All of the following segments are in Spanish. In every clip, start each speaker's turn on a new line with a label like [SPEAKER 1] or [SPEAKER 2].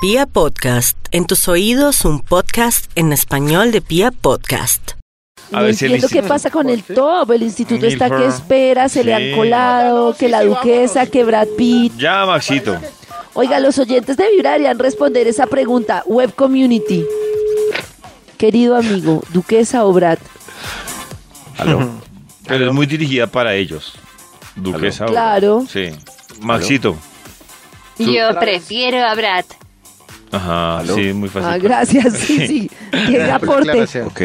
[SPEAKER 1] Pia Podcast, en tus oídos un podcast en español de Pia Podcast.
[SPEAKER 2] A
[SPEAKER 3] no
[SPEAKER 2] ver si el
[SPEAKER 3] entiendo qué
[SPEAKER 2] instituto-
[SPEAKER 3] pasa con el top. El instituto está que
[SPEAKER 2] Milford.
[SPEAKER 3] espera, se le
[SPEAKER 2] Sí.
[SPEAKER 3] han colado, que la duquesa, que Brad Pitt.
[SPEAKER 2] Ya, Maxito.
[SPEAKER 3] Oiga, los oyentes de Vibra deberían responder esa pregunta. Web Community. Querido amigo, duquesa o Brad.
[SPEAKER 2] Aló. Pero es muy dirigida para ellos. Duquesa.
[SPEAKER 3] Aló. Claro.
[SPEAKER 2] Sí. Maxito.
[SPEAKER 4] Yo prefiero a Brad.
[SPEAKER 2] Ajá,
[SPEAKER 5] Aló.
[SPEAKER 2] Pues sí, muy fácil.
[SPEAKER 3] Ah, gracias, sí, sí. Qué aporte.
[SPEAKER 5] Ok.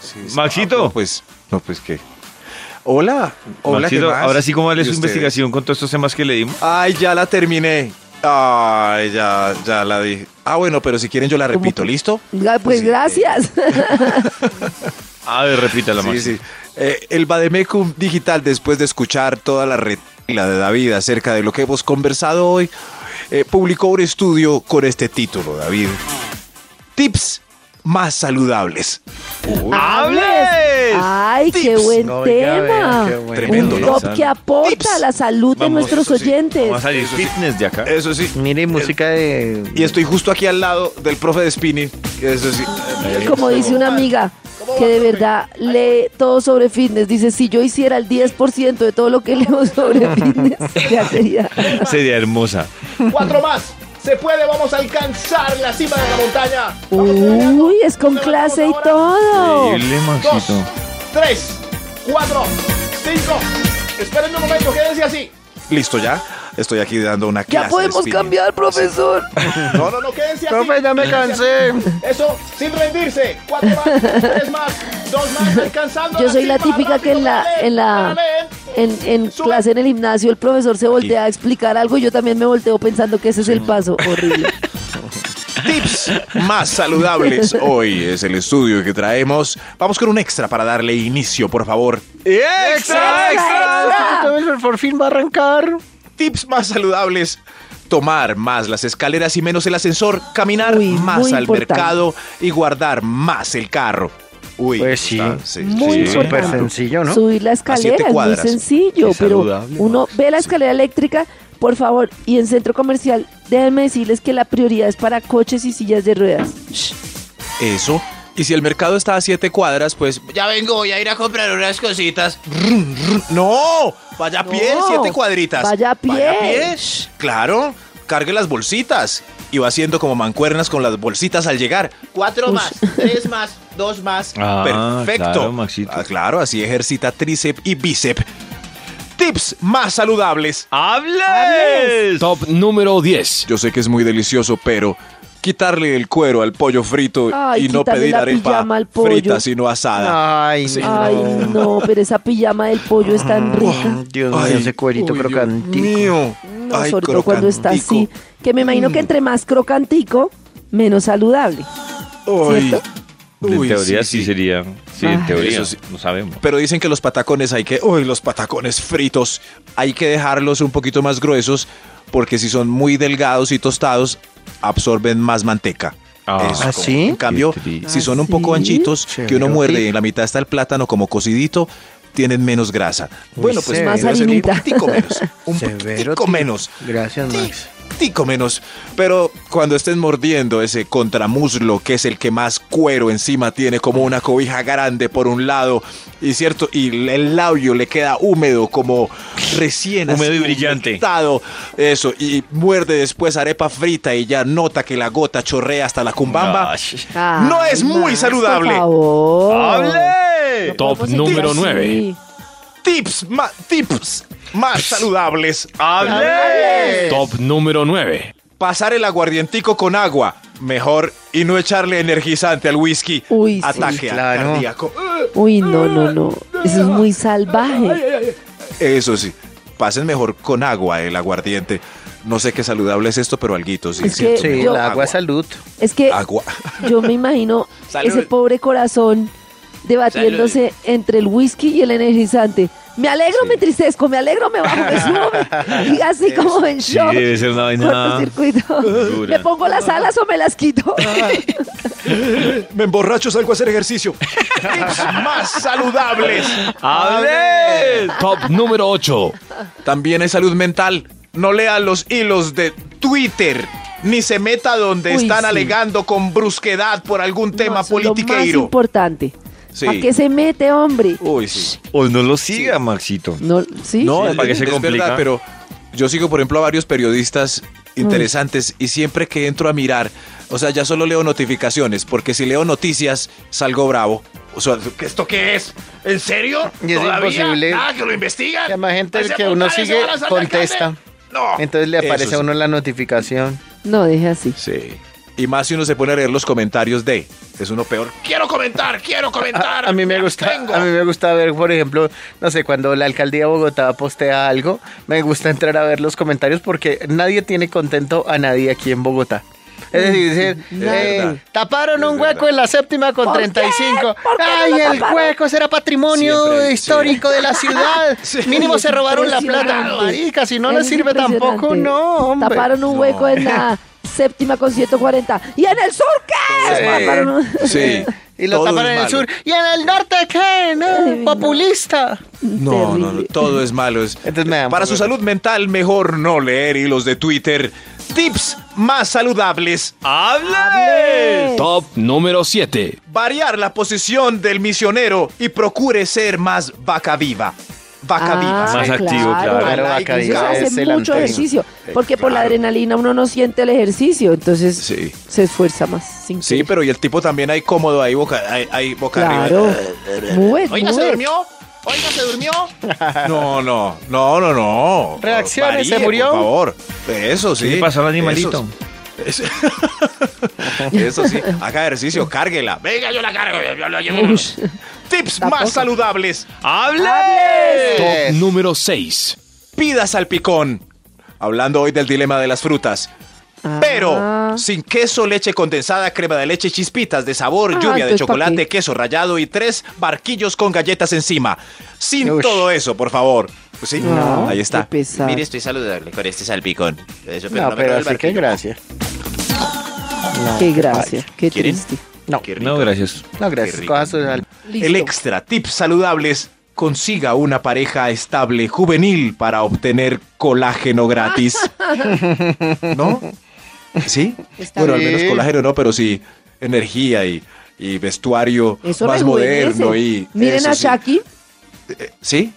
[SPEAKER 5] Sí, sí.
[SPEAKER 2] Maxito.
[SPEAKER 5] Ah, no, pues, no, pues qué. Hola. Hola,
[SPEAKER 2] Maxito,
[SPEAKER 5] ¿qué más?
[SPEAKER 2] ahora sí, ¿cómo vale
[SPEAKER 5] ¿Y
[SPEAKER 2] su
[SPEAKER 5] ustedes?
[SPEAKER 2] investigación con todos estos temas que le dimos?
[SPEAKER 5] Ay, ya la terminé. Ay, ya, ya la dije. Ah, bueno, pero si quieren yo la repito, ¿listo?
[SPEAKER 3] Ah, Pues
[SPEAKER 5] Sí.
[SPEAKER 3] gracias.
[SPEAKER 2] A ver, repítala,
[SPEAKER 5] Sí,
[SPEAKER 2] Maxito.
[SPEAKER 5] sí. Eh, el Bademecum Digital, después de escuchar toda la regla de David acerca de lo que hemos conversado hoy, eh, publicó un estudio con este título, David. Tips más saludables.
[SPEAKER 2] ¡Hables!
[SPEAKER 3] Ay, qué
[SPEAKER 5] Tips.
[SPEAKER 3] buen
[SPEAKER 6] Oiga,
[SPEAKER 3] tema.
[SPEAKER 6] vea, qué bueno.
[SPEAKER 5] Tremendo,
[SPEAKER 3] Un
[SPEAKER 5] ¿no?
[SPEAKER 3] top que aporta
[SPEAKER 5] Tips.
[SPEAKER 3] la salud de
[SPEAKER 2] Vamos,
[SPEAKER 3] nuestros
[SPEAKER 2] eso sí.
[SPEAKER 3] oyentes.
[SPEAKER 2] Vamos a salir fitness de acá.
[SPEAKER 5] Eso sí.
[SPEAKER 6] Mire, música de.
[SPEAKER 5] Y estoy justo aquí al lado del profe de Spinning. Eso sí.
[SPEAKER 3] Como dice una amiga que de verdad lee todo sobre fitness, dice, si yo hiciera el 10% de todo lo que leo sobre fitness, ya sería.
[SPEAKER 2] Sería hermosa.
[SPEAKER 7] Cuatro más. Se puede, vamos a alcanzar la cima de la montaña. Vamos, Fernando.
[SPEAKER 3] Uy, es con
[SPEAKER 7] Nos
[SPEAKER 3] clase y
[SPEAKER 7] levantamos ahora.
[SPEAKER 3] todo.
[SPEAKER 2] Increíble,
[SPEAKER 7] Dos,
[SPEAKER 2] Maxito.
[SPEAKER 7] tres, cuatro, cinco. Esperen un momento, quédense así.
[SPEAKER 5] Listo, ya. Estoy aquí dando una clase.
[SPEAKER 3] Ya
[SPEAKER 5] de
[SPEAKER 3] podemos
[SPEAKER 5] spinning.
[SPEAKER 3] cambiar, profesor.
[SPEAKER 7] No, no, no, quédense así.
[SPEAKER 6] Profe, ya me cansé.
[SPEAKER 7] Eso, sin rendirse. Cuatro más, tres más, dos más, alcanzando.
[SPEAKER 3] Yo soy la
[SPEAKER 7] cima.
[SPEAKER 3] típica que en la,
[SPEAKER 7] Dale,
[SPEAKER 3] en la
[SPEAKER 7] dale.
[SPEAKER 3] en, en
[SPEAKER 7] Sube.
[SPEAKER 3] clase en el gimnasio el profesor se voltea a explicar algo y yo también me volteo pensando que ese es el paso. Horrible.
[SPEAKER 5] Tips más saludables. Hoy es el estudio que traemos. Vamos con un extra para darle inicio, por favor.
[SPEAKER 6] ¡Extra,
[SPEAKER 3] extra!
[SPEAKER 6] extra! Por fin va a arrancar.
[SPEAKER 5] Tips más saludables. Tomar más las escaleras y menos el ascensor. Caminar
[SPEAKER 3] Uy,
[SPEAKER 5] más
[SPEAKER 3] muy
[SPEAKER 5] al
[SPEAKER 3] importante.
[SPEAKER 5] mercado y guardar más el carro. Uy,
[SPEAKER 6] Pues sí.
[SPEAKER 5] está- sí,
[SPEAKER 3] Muy
[SPEAKER 5] sí.
[SPEAKER 3] importante.
[SPEAKER 6] Súper sencillo, ¿no?
[SPEAKER 3] Subir la
[SPEAKER 5] siete
[SPEAKER 3] escalera es muy
[SPEAKER 5] cuadras.
[SPEAKER 3] sencillo,
[SPEAKER 5] Y
[SPEAKER 3] pero
[SPEAKER 5] saludable,
[SPEAKER 3] uno
[SPEAKER 5] más.
[SPEAKER 3] ve la
[SPEAKER 5] Sí.
[SPEAKER 3] escalera eléctrica, por favor, y en centro comercial, déjenme decirles que la prioridad es para coches y sillas de ruedas.
[SPEAKER 5] Eso. Y si el mercado está a siete cuadras, pues ya vengo, voy a ir a comprar unas cositas. Rum, rum. No, vaya a pie,
[SPEAKER 3] No,
[SPEAKER 5] siete cuadritas.
[SPEAKER 3] vaya a pie.
[SPEAKER 5] Shh, Claro, cargue las bolsitas. Y va haciendo como mancuernas con las bolsitas al llegar.
[SPEAKER 7] Cuatro más, tres más, dos más.
[SPEAKER 2] Ah,
[SPEAKER 5] Perfecto.
[SPEAKER 2] Claro, Maxito.
[SPEAKER 5] Ah, claro, así ejercita tríceps y bíceps. Tips más saludables.
[SPEAKER 2] ¡Hables!
[SPEAKER 8] Top número 10.
[SPEAKER 5] Yo sé que es muy delicioso, pero quitarle el cuero al pollo frito
[SPEAKER 3] Ay,
[SPEAKER 5] y no
[SPEAKER 3] quitarle
[SPEAKER 5] pedir
[SPEAKER 3] la
[SPEAKER 5] arepa
[SPEAKER 3] pijama al pollo.
[SPEAKER 5] frita, sino asada.
[SPEAKER 6] Ay, no.
[SPEAKER 3] Ay, no, pero esa pijama del pollo es tan rica.
[SPEAKER 6] Dios mío, ese cuerito
[SPEAKER 5] uy, Dios
[SPEAKER 6] crocantito.
[SPEAKER 5] mío.
[SPEAKER 3] No,
[SPEAKER 5] Ay,
[SPEAKER 3] sobre todo cuando está así,
[SPEAKER 5] crocantico.
[SPEAKER 3] que me imagino que entre más crocantico, menos saludable.
[SPEAKER 5] Ay.
[SPEAKER 3] ¿Cierto?
[SPEAKER 2] En
[SPEAKER 5] Uy,
[SPEAKER 2] teoría sí, sería. Sí, en
[SPEAKER 3] Ah.
[SPEAKER 2] teoría.
[SPEAKER 5] Eso sí.
[SPEAKER 2] No sabemos.
[SPEAKER 5] Pero dicen que los patacones hay que, uy, los patacones fritos, hay que dejarlos un poquito más gruesos porque si son muy delgados y tostados absorben más manteca.
[SPEAKER 2] Ah.
[SPEAKER 5] Eso,
[SPEAKER 6] ¿Ah,
[SPEAKER 5] como-
[SPEAKER 6] sí?
[SPEAKER 5] En cambio,
[SPEAKER 2] Qué triste.
[SPEAKER 5] si son un
[SPEAKER 3] ¿Ah,
[SPEAKER 5] poco
[SPEAKER 3] sí?
[SPEAKER 5] anchitos, que uno
[SPEAKER 6] Severo
[SPEAKER 5] muerde
[SPEAKER 6] tip.
[SPEAKER 5] y en la mitad está el plátano como cocidito, tienen menos grasa.
[SPEAKER 6] Uy,
[SPEAKER 5] bueno, pues
[SPEAKER 6] severo Más
[SPEAKER 5] podría ser un
[SPEAKER 3] harinita.
[SPEAKER 5] poquitico menos, un
[SPEAKER 6] Severo.
[SPEAKER 5] poquitico
[SPEAKER 6] tío.
[SPEAKER 5] menos,
[SPEAKER 6] Gracias, Max.
[SPEAKER 5] tico menos. Pero cuando estén mordiendo ese contramuslo, que es el que más cuero encima tiene, como una cobija grande por un lado, y cierto, y el labio le queda húmedo, como recién
[SPEAKER 2] Húmedo
[SPEAKER 5] así
[SPEAKER 2] y brillante.
[SPEAKER 5] humectado. Eso, y muerde después arepa frita y ya nota que la gota chorrea hasta la cumbamba.
[SPEAKER 2] Ay.
[SPEAKER 5] No es
[SPEAKER 3] Ay,
[SPEAKER 5] muy
[SPEAKER 3] Max,
[SPEAKER 5] saludable.
[SPEAKER 3] Por favor.
[SPEAKER 2] ¡Hable!
[SPEAKER 8] Top
[SPEAKER 3] Vamos a
[SPEAKER 8] número
[SPEAKER 3] seguir
[SPEAKER 8] 9.
[SPEAKER 3] así.
[SPEAKER 5] Tips, ma- tips más saludables.
[SPEAKER 2] ¡Hable!
[SPEAKER 8] Top número 9.
[SPEAKER 5] Pasar el aguardientico con agua. Mejor y no echarle energizante al whisky.
[SPEAKER 3] Uy, sí,
[SPEAKER 5] Ataque
[SPEAKER 6] claro.
[SPEAKER 5] cardíaco.
[SPEAKER 3] Uy, no, no, no. Eso es muy salvaje.
[SPEAKER 5] Eso sí, pasen mejor con agua el aguardiente. No sé qué saludable es esto, pero alguito, sí.
[SPEAKER 3] Es
[SPEAKER 5] cierto.
[SPEAKER 3] que
[SPEAKER 6] Sí,
[SPEAKER 3] yo-
[SPEAKER 6] el agua salud.
[SPEAKER 3] Es que
[SPEAKER 5] Agua.
[SPEAKER 3] Yo me imagino
[SPEAKER 5] Salud.
[SPEAKER 3] ese pobre corazón debatiéndose entre el whisky y el energizante. Me alegro, me tristezco, me alegro, me bajo, me subo. me- Y así como en
[SPEAKER 2] Sí,
[SPEAKER 3] shock.
[SPEAKER 2] debe ser una vaina.
[SPEAKER 3] cortocircuito.
[SPEAKER 2] dura.
[SPEAKER 3] ¿Me pongo las alas o me las quito?
[SPEAKER 5] Me emborracho, salgo a hacer ejercicio. Tips más saludables.
[SPEAKER 2] ¡Hables!
[SPEAKER 8] Top número 8.
[SPEAKER 5] También hay salud mental. No lean los hilos de Twitter. ni se meta donde
[SPEAKER 3] Uy,
[SPEAKER 5] están
[SPEAKER 3] sí.
[SPEAKER 5] alegando con brusquedad por algún tema
[SPEAKER 3] eso es Lo más
[SPEAKER 5] politiqueiro.
[SPEAKER 3] importante.
[SPEAKER 5] Sí.
[SPEAKER 3] ¿A qué se mete, hombre?
[SPEAKER 5] Uy, sí.
[SPEAKER 2] O Pues no lo siga, Maxito.
[SPEAKER 3] No, ¿sí?
[SPEAKER 5] No,
[SPEAKER 2] Sí,
[SPEAKER 5] es,
[SPEAKER 2] para que se
[SPEAKER 5] es
[SPEAKER 2] complica.
[SPEAKER 5] verdad, pero yo sigo, por ejemplo, a varios periodistas
[SPEAKER 6] Mm.
[SPEAKER 5] interesantes y siempre que entro a mirar, o sea, ya solo leo notificaciones, porque si leo noticias, salgo bravo. O sea,
[SPEAKER 7] ¿Qué ¿Esto qué es? ¿En serio?
[SPEAKER 6] Y es
[SPEAKER 7] ¿Todavía?
[SPEAKER 6] imposible.
[SPEAKER 7] Ah, que lo investigan.
[SPEAKER 6] Llama gente
[SPEAKER 7] Ese
[SPEAKER 6] que uno
[SPEAKER 7] Montaña se
[SPEAKER 6] sigue,
[SPEAKER 7] va a lanzar la
[SPEAKER 6] contesta.
[SPEAKER 7] carne. No.
[SPEAKER 6] Entonces le
[SPEAKER 5] Eso
[SPEAKER 6] aparece a
[SPEAKER 5] sí.
[SPEAKER 6] uno la notificación.
[SPEAKER 3] No, deje así.
[SPEAKER 5] sí. Y más si uno se pone a leer los comentarios de, es uno peor.
[SPEAKER 7] Quiero comentar, quiero comentar.
[SPEAKER 6] A mí me gusta, a mí me gusta ver, por ejemplo, no sé, cuando la alcaldía de Bogotá postea algo, me gusta entrar a ver los comentarios porque nadie tiene contento a nadie aquí en Bogotá. Es
[SPEAKER 3] Mm,
[SPEAKER 6] decir, dicen,
[SPEAKER 3] Nadie.
[SPEAKER 6] eh, taparon
[SPEAKER 5] Es
[SPEAKER 6] un
[SPEAKER 5] verdad.
[SPEAKER 6] hueco en la séptima con
[SPEAKER 3] ¿Por qué?
[SPEAKER 6] 35.
[SPEAKER 3] ¿Por qué no
[SPEAKER 6] Ay,
[SPEAKER 3] lo
[SPEAKER 6] el
[SPEAKER 3] taparon?
[SPEAKER 6] hueco será patrimonio
[SPEAKER 5] Siempre, sí.
[SPEAKER 6] histórico de la ciudad. Mínimo
[SPEAKER 3] Es
[SPEAKER 6] se robaron la plata.
[SPEAKER 3] impresionante.
[SPEAKER 6] Marica, si no le
[SPEAKER 3] Es
[SPEAKER 6] sirve tampoco,
[SPEAKER 3] impresionante.
[SPEAKER 6] no, hombre.
[SPEAKER 3] Taparon un hueco en la séptima con 140. ¿Y en el sur qué?
[SPEAKER 6] Sí.
[SPEAKER 3] Taparon un-
[SPEAKER 5] Sí.
[SPEAKER 6] Y lo
[SPEAKER 5] todo
[SPEAKER 6] taparon
[SPEAKER 5] es
[SPEAKER 6] en el
[SPEAKER 5] malo.
[SPEAKER 6] sur. ¿Y en el norte qué?
[SPEAKER 3] Ay,
[SPEAKER 6] No,
[SPEAKER 3] no.
[SPEAKER 6] populista.
[SPEAKER 5] No, no, no,
[SPEAKER 3] Terrible.
[SPEAKER 5] todo es malo. es-
[SPEAKER 6] Entonces me da un
[SPEAKER 5] Para
[SPEAKER 6] poco
[SPEAKER 5] su
[SPEAKER 6] de-
[SPEAKER 5] salud mental, mejor no leer hilos de Twitter. Tips más saludables.
[SPEAKER 2] Ah. ¡Hable!
[SPEAKER 8] Top número 7.
[SPEAKER 5] Variar la posición del misionero y procure ser más vaca viva.
[SPEAKER 3] Ah,
[SPEAKER 5] Vaca viva.
[SPEAKER 2] Más activo, claro.
[SPEAKER 6] Pues. Claro,
[SPEAKER 3] Eso
[SPEAKER 6] vaca
[SPEAKER 3] es
[SPEAKER 6] viva es
[SPEAKER 3] hacer
[SPEAKER 6] el
[SPEAKER 3] mucho
[SPEAKER 6] anteno.
[SPEAKER 3] ejercicio. Porque por la adrenalina uno no siente el ejercicio. Entonces
[SPEAKER 5] Sí.
[SPEAKER 3] se esfuerza más. sin
[SPEAKER 5] Sí,
[SPEAKER 3] querer.
[SPEAKER 5] pero y el tipo también ahí cómodo, ahí boca, ahí, ahí boca
[SPEAKER 3] Claro.
[SPEAKER 5] arriba. Eh,
[SPEAKER 3] Mueve,
[SPEAKER 7] Oiga,
[SPEAKER 3] mueve.
[SPEAKER 7] se durmió. Oiga, se durmió.
[SPEAKER 5] No, no, no, no, no.
[SPEAKER 6] Reacciones,
[SPEAKER 5] Varíe,
[SPEAKER 6] ¿se murió?
[SPEAKER 5] Por favor. Eso sí.
[SPEAKER 2] ¿Qué le pasó al animalito?
[SPEAKER 5] Eso, eso sí. Haga ejercicio, cárguela.
[SPEAKER 7] Venga, yo la cargo. yo la llevo.
[SPEAKER 3] Ush.
[SPEAKER 5] Tips
[SPEAKER 3] Tampoco.
[SPEAKER 5] más saludables.
[SPEAKER 6] Eh,
[SPEAKER 8] Top número 6.
[SPEAKER 5] Pida salpicón. Hablando hoy del dilema de las frutas.
[SPEAKER 3] Ah.
[SPEAKER 5] Pero sin queso, leche condensada, crema de leche, chispitas de sabor,
[SPEAKER 3] Ah,
[SPEAKER 5] lluvia de
[SPEAKER 3] entonces, ¿pa'
[SPEAKER 5] chocolate,
[SPEAKER 3] qué?
[SPEAKER 5] queso rallado y tres barquillos con galletas encima. Sin
[SPEAKER 6] Ush.
[SPEAKER 5] todo eso, por favor. Pues sí,
[SPEAKER 3] No,
[SPEAKER 5] ahí está.
[SPEAKER 3] qué pesar. Mire,
[SPEAKER 5] estoy saludable con este salpicón.
[SPEAKER 6] No, pero así que gracias.
[SPEAKER 3] Qué gracia. Ah, Qué
[SPEAKER 5] ¿quieren?
[SPEAKER 3] triste.
[SPEAKER 6] No,
[SPEAKER 2] No, gracias.
[SPEAKER 6] no,
[SPEAKER 5] Qué
[SPEAKER 6] gracias.
[SPEAKER 5] rico.
[SPEAKER 6] Coja su sal-
[SPEAKER 5] El extra tip saludables. Consiga una pareja estable juvenil para obtener colágeno gratis. ¿No? ¿Sí?
[SPEAKER 3] Está
[SPEAKER 5] Bueno, al
[SPEAKER 6] bien.
[SPEAKER 5] menos colágeno no, pero sí energía y, y vestuario
[SPEAKER 3] Eso
[SPEAKER 5] más
[SPEAKER 3] rejuvenece.
[SPEAKER 5] moderno y
[SPEAKER 3] Miren
[SPEAKER 5] eso
[SPEAKER 3] a
[SPEAKER 5] sí.
[SPEAKER 3] Shaki.
[SPEAKER 5] ¿Sí?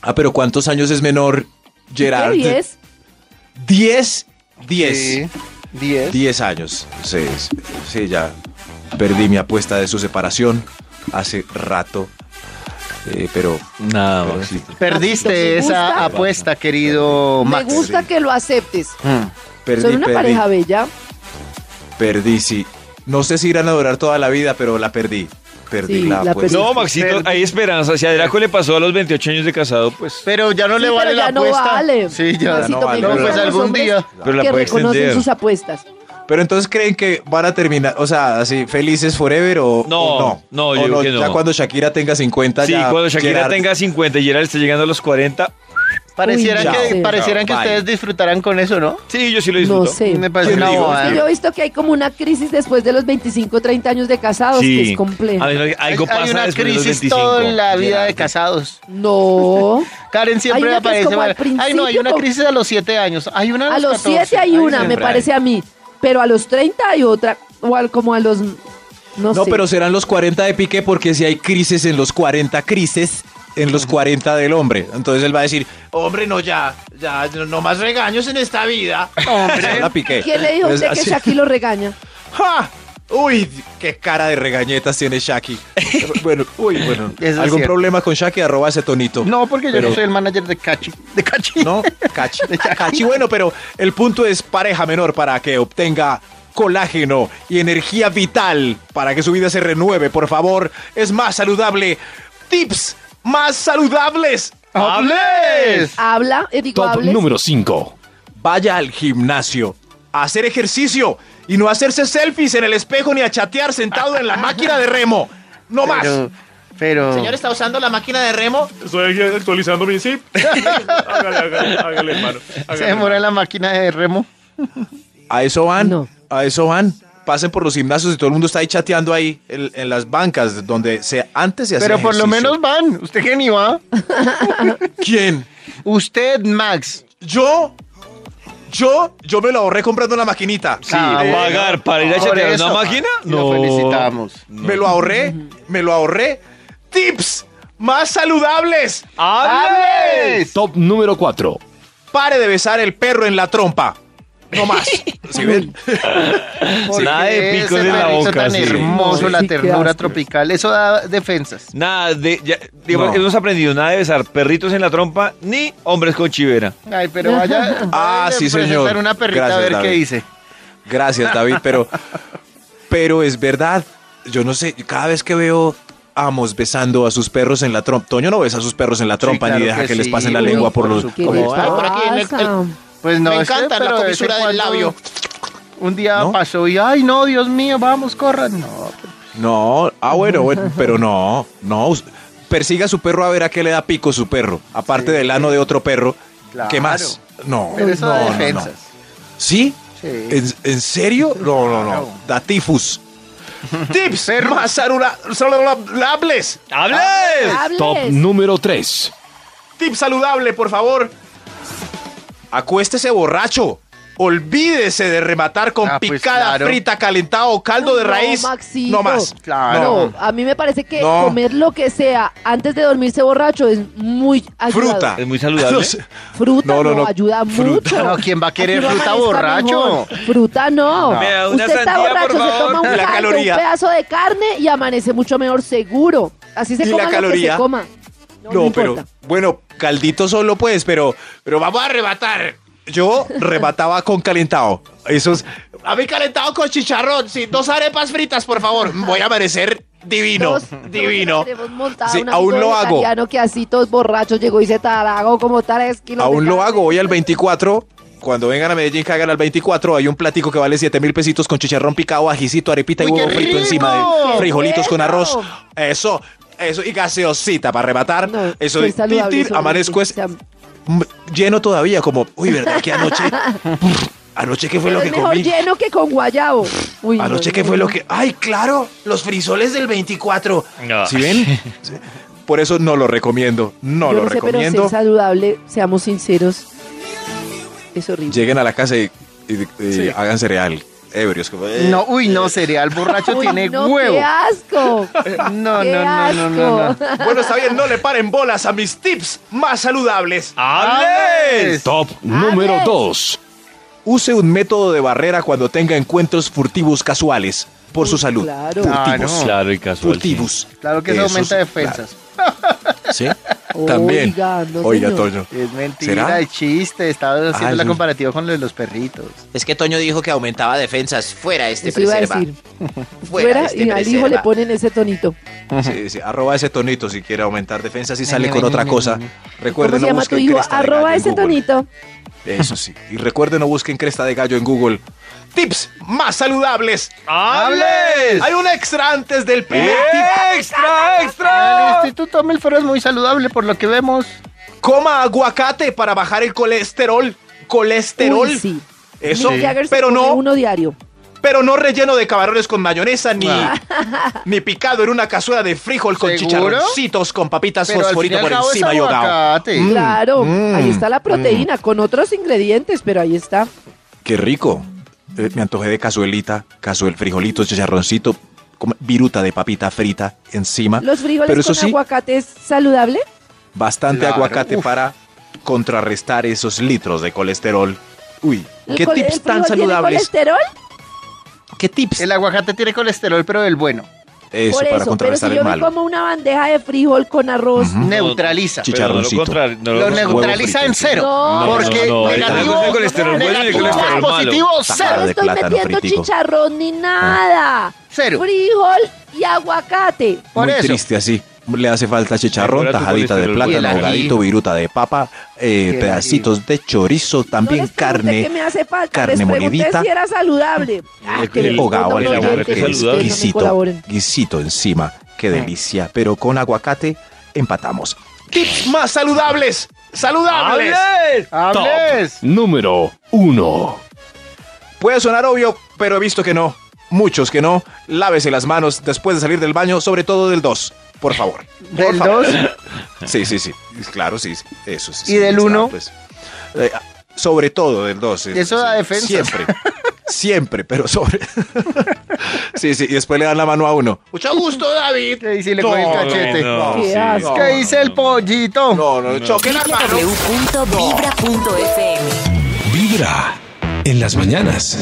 [SPEAKER 5] Ah, pero ¿cuántos años es menor Gerard?
[SPEAKER 3] ¿Qué diez?
[SPEAKER 5] 10. 10.
[SPEAKER 6] Sí, 10.
[SPEAKER 5] 10 años. Sí, sí, ya perdí mi apuesta de su separación hace rato. Eh, pero
[SPEAKER 2] Nada, Maxito.
[SPEAKER 6] Perdiste
[SPEAKER 3] Me
[SPEAKER 6] esa
[SPEAKER 3] gusta.
[SPEAKER 6] apuesta, querido
[SPEAKER 3] Me
[SPEAKER 6] Max.
[SPEAKER 3] gusta que lo aceptes.
[SPEAKER 6] Mm.
[SPEAKER 5] perdí,
[SPEAKER 3] Son una
[SPEAKER 5] perdí,
[SPEAKER 3] pareja bella.
[SPEAKER 5] perdí, sí. No sé si irán a durar toda la vida, pero la perdí. Perdí
[SPEAKER 3] Sí,
[SPEAKER 5] la
[SPEAKER 3] la
[SPEAKER 5] apuesta.
[SPEAKER 2] No, Maxito, hay esperanza. Si a Draco le pasó a los 28 años de casado, pues.
[SPEAKER 6] Pero ya no
[SPEAKER 3] Sí,
[SPEAKER 6] le
[SPEAKER 3] pero
[SPEAKER 6] vale
[SPEAKER 3] ya
[SPEAKER 6] la
[SPEAKER 3] no
[SPEAKER 6] apuesta.
[SPEAKER 3] vale.
[SPEAKER 6] Sí, ya
[SPEAKER 5] Maxito,
[SPEAKER 6] no
[SPEAKER 5] me
[SPEAKER 6] vale.
[SPEAKER 5] gustan
[SPEAKER 6] pues
[SPEAKER 5] los
[SPEAKER 6] algún
[SPEAKER 3] hombres
[SPEAKER 6] día.
[SPEAKER 2] Pero la
[SPEAKER 3] que
[SPEAKER 2] puede
[SPEAKER 3] reconocen
[SPEAKER 2] extender.
[SPEAKER 3] sus apuestas.
[SPEAKER 5] Pero entonces creen que van a terminar, o sea, así, felices forever o
[SPEAKER 2] No,
[SPEAKER 5] o
[SPEAKER 2] no,
[SPEAKER 5] O
[SPEAKER 2] yo digo que no.
[SPEAKER 5] Ya cuando Shakira tenga 50,
[SPEAKER 2] Sí,
[SPEAKER 5] ya
[SPEAKER 2] cuando Shakira
[SPEAKER 5] Gerard-
[SPEAKER 2] tenga 50 y Gerard está llegando a los 40,
[SPEAKER 6] Parecieran
[SPEAKER 5] Uy,
[SPEAKER 6] que,
[SPEAKER 5] chao.
[SPEAKER 6] parecieran que
[SPEAKER 5] Chao, bye.
[SPEAKER 6] ustedes disfrutaran con eso, ¿no?
[SPEAKER 2] sí, yo sí lo disfruto.
[SPEAKER 3] No sé.
[SPEAKER 6] Me parece eh,
[SPEAKER 5] Yo
[SPEAKER 6] una
[SPEAKER 5] digo,
[SPEAKER 6] bobada.
[SPEAKER 5] sí,
[SPEAKER 3] Yo he visto que hay como una crisis después de los 25, 30 años de casados, que
[SPEAKER 2] Sí.
[SPEAKER 3] es compleja.
[SPEAKER 2] A ver, algo
[SPEAKER 6] Hay-
[SPEAKER 2] pasa
[SPEAKER 6] Hay una
[SPEAKER 2] después de los
[SPEAKER 6] crisis
[SPEAKER 2] 25.
[SPEAKER 6] toda la vida de
[SPEAKER 2] Gerard.
[SPEAKER 6] casados.
[SPEAKER 3] No.
[SPEAKER 6] Karen siempre
[SPEAKER 3] Hay una que es
[SPEAKER 6] aparece.
[SPEAKER 3] como al
[SPEAKER 6] mal. Ay, no, hay
[SPEAKER 3] principio,
[SPEAKER 6] una
[SPEAKER 3] como-
[SPEAKER 6] crisis a los 7 años. Hay una
[SPEAKER 3] A los
[SPEAKER 6] 14.
[SPEAKER 3] 7 hay una, me
[SPEAKER 5] siempre
[SPEAKER 3] parece a mí. Pero a los 30 hay otra. O al- como a los. No,
[SPEAKER 5] No,
[SPEAKER 3] sé.
[SPEAKER 5] pero serán los 40 de Piqué porque si hay crisis en los 40 crisis en los 40 del hombre. Entonces él va a decir,
[SPEAKER 7] Hombre, no, ya. Ya, no más regaños en esta vida.
[SPEAKER 5] "Hola, Piqué.
[SPEAKER 3] ¿Quién le dijo a
[SPEAKER 5] Pues
[SPEAKER 3] usted que
[SPEAKER 5] así-
[SPEAKER 3] Shaki lo regaña?
[SPEAKER 5] ¡Ja! Uy, qué cara de regañetas tiene Shaki. bueno, uy, bueno.
[SPEAKER 6] Eso es
[SPEAKER 5] ¿Algún
[SPEAKER 6] cierto.
[SPEAKER 5] problema con Shaki? Arroba ese tonito.
[SPEAKER 6] No, porque yo
[SPEAKER 5] Pero-
[SPEAKER 6] no soy el manager de Cachi. De Cachi.
[SPEAKER 5] No, Cachi. Cachi, bueno, pero el punto es pareja menor para que obtenga colágeno y energía vital para que su vida se renueve, por favor. Es más saludable. Tips más saludables.
[SPEAKER 6] ¡Hables!
[SPEAKER 3] Habla, eh, digo,
[SPEAKER 8] Top
[SPEAKER 3] hables.
[SPEAKER 8] número 5.
[SPEAKER 5] Vaya al gimnasio a hacer ejercicio y no hacerse selfies en el espejo ni a chatear sentado en la máquina de remo. No más.
[SPEAKER 6] Pero, pero
[SPEAKER 7] Señor, ¿está usando la máquina de remo?
[SPEAKER 9] Estoy actualizando mi zip. hágale, hágale, hágale, hermano.
[SPEAKER 6] se
[SPEAKER 9] hágale,
[SPEAKER 6] demora en la máquina de remo.
[SPEAKER 5] A eso van.
[SPEAKER 3] No.
[SPEAKER 5] A eso van. Pasen por los gimnasios y todo el mundo está ahí chateando ahí en, en las bancas donde se antes se hacía
[SPEAKER 6] Pero por lo
[SPEAKER 5] ejercicio.
[SPEAKER 6] menos van. ¿Usted qué ni va?
[SPEAKER 5] ¿Quién?
[SPEAKER 6] Usted, Max.
[SPEAKER 5] ¿Yo? Yo, yo me lo ahorré comprando una maquinita.
[SPEAKER 2] Sí,
[SPEAKER 6] Ah, bueno.
[SPEAKER 2] pagar para ir a
[SPEAKER 6] Por
[SPEAKER 2] chatear
[SPEAKER 6] eso.
[SPEAKER 2] una máquina.
[SPEAKER 6] Lo
[SPEAKER 2] No.
[SPEAKER 6] felicitamos.
[SPEAKER 5] Me lo ahorré, me lo ahorré. Tips más saludables.
[SPEAKER 6] ¡Hables!
[SPEAKER 8] Top número 4.
[SPEAKER 5] Pare de besar el perro en la trompa. No más. ¿Sí ven?
[SPEAKER 6] ¿Por
[SPEAKER 2] Nada
[SPEAKER 6] qué
[SPEAKER 2] de
[SPEAKER 6] ese
[SPEAKER 2] picos en la
[SPEAKER 6] perrito
[SPEAKER 2] boca,
[SPEAKER 6] tan
[SPEAKER 2] sí.
[SPEAKER 6] hermoso,
[SPEAKER 3] Sí,
[SPEAKER 6] la
[SPEAKER 3] qué
[SPEAKER 6] ternura
[SPEAKER 3] asco.
[SPEAKER 6] tropical. Eso da defensas.
[SPEAKER 2] Nada de. ya- digamos,
[SPEAKER 5] No.
[SPEAKER 2] Hemos aprendido nada de besar perritos en la trompa ni hombres con chivera.
[SPEAKER 6] Ay, pero vaya.
[SPEAKER 5] Ah,
[SPEAKER 6] váyale
[SPEAKER 5] sí,
[SPEAKER 6] a
[SPEAKER 5] señor.
[SPEAKER 6] presentar una perrita
[SPEAKER 5] Gracias,
[SPEAKER 6] a ver
[SPEAKER 5] David.
[SPEAKER 6] qué dice.
[SPEAKER 5] Gracias, David, pero, pero es verdad. Yo no sé, cada vez que veo amos besando a sus perros en la trompa. Toño no besa a sus perros en la trompa
[SPEAKER 6] claro
[SPEAKER 5] ni deja
[SPEAKER 6] que
[SPEAKER 5] que, les
[SPEAKER 6] sí,
[SPEAKER 5] pasen la
[SPEAKER 6] por
[SPEAKER 5] lengua por los.
[SPEAKER 3] ¿Qué
[SPEAKER 6] supuesto.
[SPEAKER 3] le
[SPEAKER 6] Como,
[SPEAKER 7] ah, por aquí en el-
[SPEAKER 3] pasa?
[SPEAKER 6] Pues no,
[SPEAKER 7] Me
[SPEAKER 6] es que-
[SPEAKER 7] encanta la
[SPEAKER 6] pero de vez en
[SPEAKER 7] comisura del
[SPEAKER 6] cuando
[SPEAKER 7] labio.
[SPEAKER 6] Un día
[SPEAKER 5] ¿No?
[SPEAKER 6] pasó y, ay, no, Dios mío, vamos, corran. No,
[SPEAKER 5] No, ah, bueno, bueno, pero no, no. us- Persiga a su perro a ver a qué le da pico su perro. Aparte del ano de otro perro. ¿Qué
[SPEAKER 6] Claro.
[SPEAKER 5] más? No,
[SPEAKER 6] pero eso
[SPEAKER 5] no,
[SPEAKER 6] da
[SPEAKER 5] no, no.
[SPEAKER 6] defensas.
[SPEAKER 5] ¿Sí?
[SPEAKER 6] Sí.
[SPEAKER 5] ¿En, en serio? No, no, no. Da tifus.
[SPEAKER 7] Tips
[SPEAKER 6] Perro.
[SPEAKER 7] más salula- saludables.
[SPEAKER 2] ¡Hables!
[SPEAKER 3] Hables.
[SPEAKER 8] Top número 3.
[SPEAKER 7] Tips saludable, por favor.
[SPEAKER 5] Acuéstese borracho. Olvídese de rematar con
[SPEAKER 6] Ah, pues,
[SPEAKER 5] picada
[SPEAKER 6] claro.
[SPEAKER 5] frita, calentado o caldo
[SPEAKER 3] Uy,
[SPEAKER 5] de
[SPEAKER 3] no,
[SPEAKER 5] raíz.
[SPEAKER 3] Maxito.
[SPEAKER 5] Ah, No más.
[SPEAKER 6] Claro.
[SPEAKER 3] No, a mí me parece que
[SPEAKER 5] No.
[SPEAKER 3] comer lo que sea antes de dormirse borracho es muy ayudador.
[SPEAKER 5] Fruta.
[SPEAKER 2] Es muy saludable.
[SPEAKER 5] No sé.
[SPEAKER 3] Fruta
[SPEAKER 5] No,
[SPEAKER 3] no,
[SPEAKER 5] no, no.
[SPEAKER 3] ayuda
[SPEAKER 5] Fruta.
[SPEAKER 3] mucho.
[SPEAKER 6] Ah, No, ¿quién va a querer
[SPEAKER 3] Así uno
[SPEAKER 6] fruta
[SPEAKER 3] amanezca
[SPEAKER 6] borracho?
[SPEAKER 3] mejor. Fruta no.
[SPEAKER 6] No.
[SPEAKER 2] Vea, una
[SPEAKER 3] Usted está
[SPEAKER 2] sandía, por
[SPEAKER 3] borracho, se
[SPEAKER 2] favor.
[SPEAKER 3] toma un,
[SPEAKER 5] Y la
[SPEAKER 3] caldo,
[SPEAKER 5] caloría.
[SPEAKER 3] un pedazo de carne y amanece mucho mejor seguro. Así se
[SPEAKER 5] Y la
[SPEAKER 3] coma lo que
[SPEAKER 5] caloría.
[SPEAKER 3] se coma. No,
[SPEAKER 5] No,
[SPEAKER 3] no
[SPEAKER 5] pero
[SPEAKER 3] importa.
[SPEAKER 5] bueno, caldito solo pues, pero pero vamos a arrebatar. Yo remataba con calentado. Esos
[SPEAKER 7] A mí calentado con chicharrón, sí. Dos arepas fritas, por favor.
[SPEAKER 5] voy a merecer divino,
[SPEAKER 3] Dos- dos
[SPEAKER 5] divino.
[SPEAKER 3] que tenemos montada,
[SPEAKER 5] Sí,
[SPEAKER 3] un
[SPEAKER 5] aún
[SPEAKER 3] amigo
[SPEAKER 5] lo hago.
[SPEAKER 3] vegetariano que así todos borrachos llegó y se taragó como tres kilos.
[SPEAKER 5] Aún
[SPEAKER 3] de
[SPEAKER 5] lo
[SPEAKER 3] carne.
[SPEAKER 5] hago hoy al 24. Cuando vengan a Medellín, cagan al 24. Hay un platico que vale 7 mil pesitos con chicharrón picado, ajicito, arepita y
[SPEAKER 6] ¡Uy, qué
[SPEAKER 5] huevo frito
[SPEAKER 6] rico!
[SPEAKER 5] encima de frijolitos con
[SPEAKER 3] bueno!
[SPEAKER 5] arroz. Eso, eso. Y gaseosita para rematar.
[SPEAKER 3] No,
[SPEAKER 5] eso
[SPEAKER 3] qué
[SPEAKER 5] de tin,
[SPEAKER 3] saludable,
[SPEAKER 5] tin,
[SPEAKER 3] eso,
[SPEAKER 5] amanezco es,
[SPEAKER 3] o sea,
[SPEAKER 5] mm, lleno todavía. Como, uy, ¿verdad que anoche? anoche, ¿qué fue
[SPEAKER 3] pero
[SPEAKER 5] lo
[SPEAKER 3] es
[SPEAKER 5] que
[SPEAKER 3] mejor
[SPEAKER 5] comí?
[SPEAKER 3] lleno que con guayabo. Uy, no,
[SPEAKER 5] Anoche,
[SPEAKER 3] no,
[SPEAKER 5] ¿qué fue
[SPEAKER 3] no.
[SPEAKER 5] lo que.? ¡Ay, claro! Los frisoles del 24.
[SPEAKER 2] No.
[SPEAKER 5] ¿Sí ven? Sí. Por eso no lo recomiendo. No
[SPEAKER 3] Yo
[SPEAKER 5] lo
[SPEAKER 3] no sé, pero si
[SPEAKER 5] recomiendo.
[SPEAKER 3] es saludable, seamos sinceros, es horrible.
[SPEAKER 5] lleguen a la casa y, y- y hagan cereal. Ebrios. como, eh.
[SPEAKER 6] No, uy, no, cereal borracho
[SPEAKER 3] Uy,
[SPEAKER 6] tiene
[SPEAKER 3] no,
[SPEAKER 6] huevo.
[SPEAKER 3] ¡Qué asco!
[SPEAKER 6] No,
[SPEAKER 3] ¡Qué
[SPEAKER 6] no, no, no, no, no.
[SPEAKER 3] asco!
[SPEAKER 7] Bueno, está bien, no le paren bolas a mis tips más saludables.
[SPEAKER 6] Ah.
[SPEAKER 2] ¡Hables!
[SPEAKER 8] Top número 2.
[SPEAKER 5] Use un método de barrera cuando tenga encuentros furtivos casuales por su salud.
[SPEAKER 3] claro.
[SPEAKER 5] Furtivos.
[SPEAKER 6] Ah, no.
[SPEAKER 2] Claro y casual. sí.
[SPEAKER 5] Furtivos.
[SPEAKER 6] Claro que eso
[SPEAKER 5] sí,
[SPEAKER 6] aumenta defensas.
[SPEAKER 5] claro. ¿Sí? También.
[SPEAKER 3] Oiga, no,
[SPEAKER 5] Oiga,
[SPEAKER 3] señor.
[SPEAKER 5] Toño.
[SPEAKER 6] Es mentira,
[SPEAKER 5] ¿Será?
[SPEAKER 6] el chiste. Estaba haciendo
[SPEAKER 5] Ah,
[SPEAKER 6] la
[SPEAKER 5] eso-
[SPEAKER 6] comparativa con lo de los perritos.
[SPEAKER 10] Es que Toño dijo que aumentaba defensas. Fuera este
[SPEAKER 3] Eso iba a
[SPEAKER 10] preserva.
[SPEAKER 3] decir.
[SPEAKER 10] Fuera
[SPEAKER 3] Fuera,
[SPEAKER 10] este
[SPEAKER 3] y al hijo
[SPEAKER 10] preserva.
[SPEAKER 3] le ponen ese tonito.
[SPEAKER 5] Sí, sí, Arroba ese tonito si quiere aumentar defensas y
[SPEAKER 6] Nene,
[SPEAKER 5] sale con
[SPEAKER 6] nene,
[SPEAKER 5] otra
[SPEAKER 6] nene,
[SPEAKER 5] cosa.
[SPEAKER 6] nene.
[SPEAKER 3] ¿Cómo se
[SPEAKER 5] Recuerden, no
[SPEAKER 3] llama tu
[SPEAKER 5] busquen
[SPEAKER 3] hijo?
[SPEAKER 5] cresta de gallo
[SPEAKER 3] Arroba
[SPEAKER 5] en
[SPEAKER 3] ese
[SPEAKER 5] Google.
[SPEAKER 3] tonito.
[SPEAKER 5] Eso sí. Y recuerden, no busquen cresta de gallo en Google.
[SPEAKER 7] Tips más saludables.
[SPEAKER 2] ¡Hables!
[SPEAKER 7] Hay un extra antes del primer
[SPEAKER 2] ¡Extra,
[SPEAKER 6] El
[SPEAKER 2] extra!
[SPEAKER 6] Instituto Milford es muy saludable por lo que vemos.
[SPEAKER 7] tip. Coma aguacate para bajar el colesterol. Colesterol.
[SPEAKER 3] Uy, sí.
[SPEAKER 7] Eso,
[SPEAKER 3] Mick Jagger se
[SPEAKER 7] pero
[SPEAKER 3] come
[SPEAKER 7] no,
[SPEAKER 3] uno diario.
[SPEAKER 7] pero no relleno de camarones con mayonesa ni, ni picado en una cazuela de frijol con
[SPEAKER 6] Ah. ¿Seguro?
[SPEAKER 7] chicharroncitos con papitas
[SPEAKER 6] Pero al fin y
[SPEAKER 7] fosforito
[SPEAKER 6] al
[SPEAKER 7] por
[SPEAKER 6] cabo es
[SPEAKER 7] encima y ahogado.
[SPEAKER 6] aguacate.
[SPEAKER 3] claro,
[SPEAKER 5] mm,
[SPEAKER 3] ahí está la proteína con otros ingredientes, pero ahí está.
[SPEAKER 5] Qué rico. Eh, me antojé de cazuelita, cazuel frijolito, chicharroncito, como viruta de papita frita encima.
[SPEAKER 3] ¿Los frijoles
[SPEAKER 5] Ah, Pero eso
[SPEAKER 3] con
[SPEAKER 5] sí,
[SPEAKER 3] aguacate es saludable?
[SPEAKER 5] bastante
[SPEAKER 6] Claro,
[SPEAKER 5] aguacate
[SPEAKER 6] uf.
[SPEAKER 5] para contrarrestar esos litros de colesterol. Uy,
[SPEAKER 3] ¿El
[SPEAKER 5] qué
[SPEAKER 3] col- el
[SPEAKER 5] tips tan
[SPEAKER 3] frijol tiene
[SPEAKER 5] saludables.
[SPEAKER 3] colesterol?
[SPEAKER 5] ¿Qué tips?
[SPEAKER 6] El aguacate tiene colesterol, pero el bueno.
[SPEAKER 5] Eso,
[SPEAKER 3] Por
[SPEAKER 5] para
[SPEAKER 3] eso, pero
[SPEAKER 5] contrarrestar
[SPEAKER 3] si
[SPEAKER 5] el
[SPEAKER 3] yo me
[SPEAKER 5] malo.
[SPEAKER 3] como una bandeja de frijol con arroz,
[SPEAKER 6] Neutraliza.
[SPEAKER 5] Chicha-
[SPEAKER 2] Pero no lo
[SPEAKER 5] Chicharroncito.
[SPEAKER 2] contrario, no
[SPEAKER 6] Lo
[SPEAKER 2] lo-
[SPEAKER 6] neutraliza
[SPEAKER 5] frito.
[SPEAKER 6] en cero.
[SPEAKER 3] No,
[SPEAKER 6] porque
[SPEAKER 2] no, no,
[SPEAKER 6] negativo,
[SPEAKER 2] no, el colesterol bueno este y el
[SPEAKER 6] negativo,
[SPEAKER 2] colesterol malo.
[SPEAKER 6] positivo,
[SPEAKER 5] Tajada
[SPEAKER 3] no
[SPEAKER 6] cero.
[SPEAKER 5] de
[SPEAKER 3] estoy
[SPEAKER 5] plátano
[SPEAKER 3] metiendo
[SPEAKER 5] fritico. Ah.
[SPEAKER 3] chicharrón ni nada.
[SPEAKER 6] Cero.
[SPEAKER 3] Frijol y aguacate.
[SPEAKER 6] Por
[SPEAKER 5] Muy
[SPEAKER 6] eso.
[SPEAKER 5] triste así. Le hace falta chicharrón,
[SPEAKER 2] Mejora tu
[SPEAKER 5] tajadita de
[SPEAKER 2] colesterol.
[SPEAKER 6] Y el
[SPEAKER 5] plátano,
[SPEAKER 6] ají.
[SPEAKER 5] ahogadito, viruta de papa, eh,
[SPEAKER 6] El
[SPEAKER 5] pedacitos de chorizo,
[SPEAKER 3] no
[SPEAKER 5] también
[SPEAKER 3] les pregunté
[SPEAKER 5] carne.
[SPEAKER 3] qué me hace falta.
[SPEAKER 5] carne
[SPEAKER 3] les pregunté
[SPEAKER 5] molidita. Ah,
[SPEAKER 3] si era saludable. Ah,
[SPEAKER 2] El-
[SPEAKER 3] que me
[SPEAKER 2] el
[SPEAKER 3] responda
[SPEAKER 5] eh, hogao
[SPEAKER 3] un
[SPEAKER 5] al
[SPEAKER 2] el
[SPEAKER 5] final,
[SPEAKER 3] oyente,
[SPEAKER 2] aguacate
[SPEAKER 5] que
[SPEAKER 3] ustedes
[SPEAKER 5] es
[SPEAKER 3] no me
[SPEAKER 2] saludable.
[SPEAKER 5] guisito,
[SPEAKER 3] colaboren. Ah.
[SPEAKER 5] guisito encima. Qué delicia. Pero con aguacate empatamos.
[SPEAKER 7] Tips más saludables. Saludables.
[SPEAKER 2] ¡Hables!
[SPEAKER 6] Hables.
[SPEAKER 8] Top número 1.
[SPEAKER 5] Puede sonar obvio, pero he visto que no. Muchos que no. Lávese las manos después de salir del baño, sobre todo del 2, por favor.
[SPEAKER 6] Del 2,
[SPEAKER 5] Sí, sí, sí. Claro, sí. sí. Eso sí.
[SPEAKER 6] ¿Y del
[SPEAKER 5] está,
[SPEAKER 6] uno?
[SPEAKER 5] pues. Eh, Sobre todo del 12.
[SPEAKER 6] Eso da defensa.
[SPEAKER 5] Siempre. Siempre, pero sobre. sí, sí, y después le dan la mano a uno.
[SPEAKER 10] Mucho gusto, David.
[SPEAKER 6] Y si le coge el cachete.
[SPEAKER 2] no,
[SPEAKER 3] Qué
[SPEAKER 2] sí,
[SPEAKER 3] asco.
[SPEAKER 2] no.
[SPEAKER 6] ¿Qué dice el pollito?
[SPEAKER 5] No, no, choque la mano.
[SPEAKER 1] www.vibra.fm
[SPEAKER 8] Vibra en las mañanas.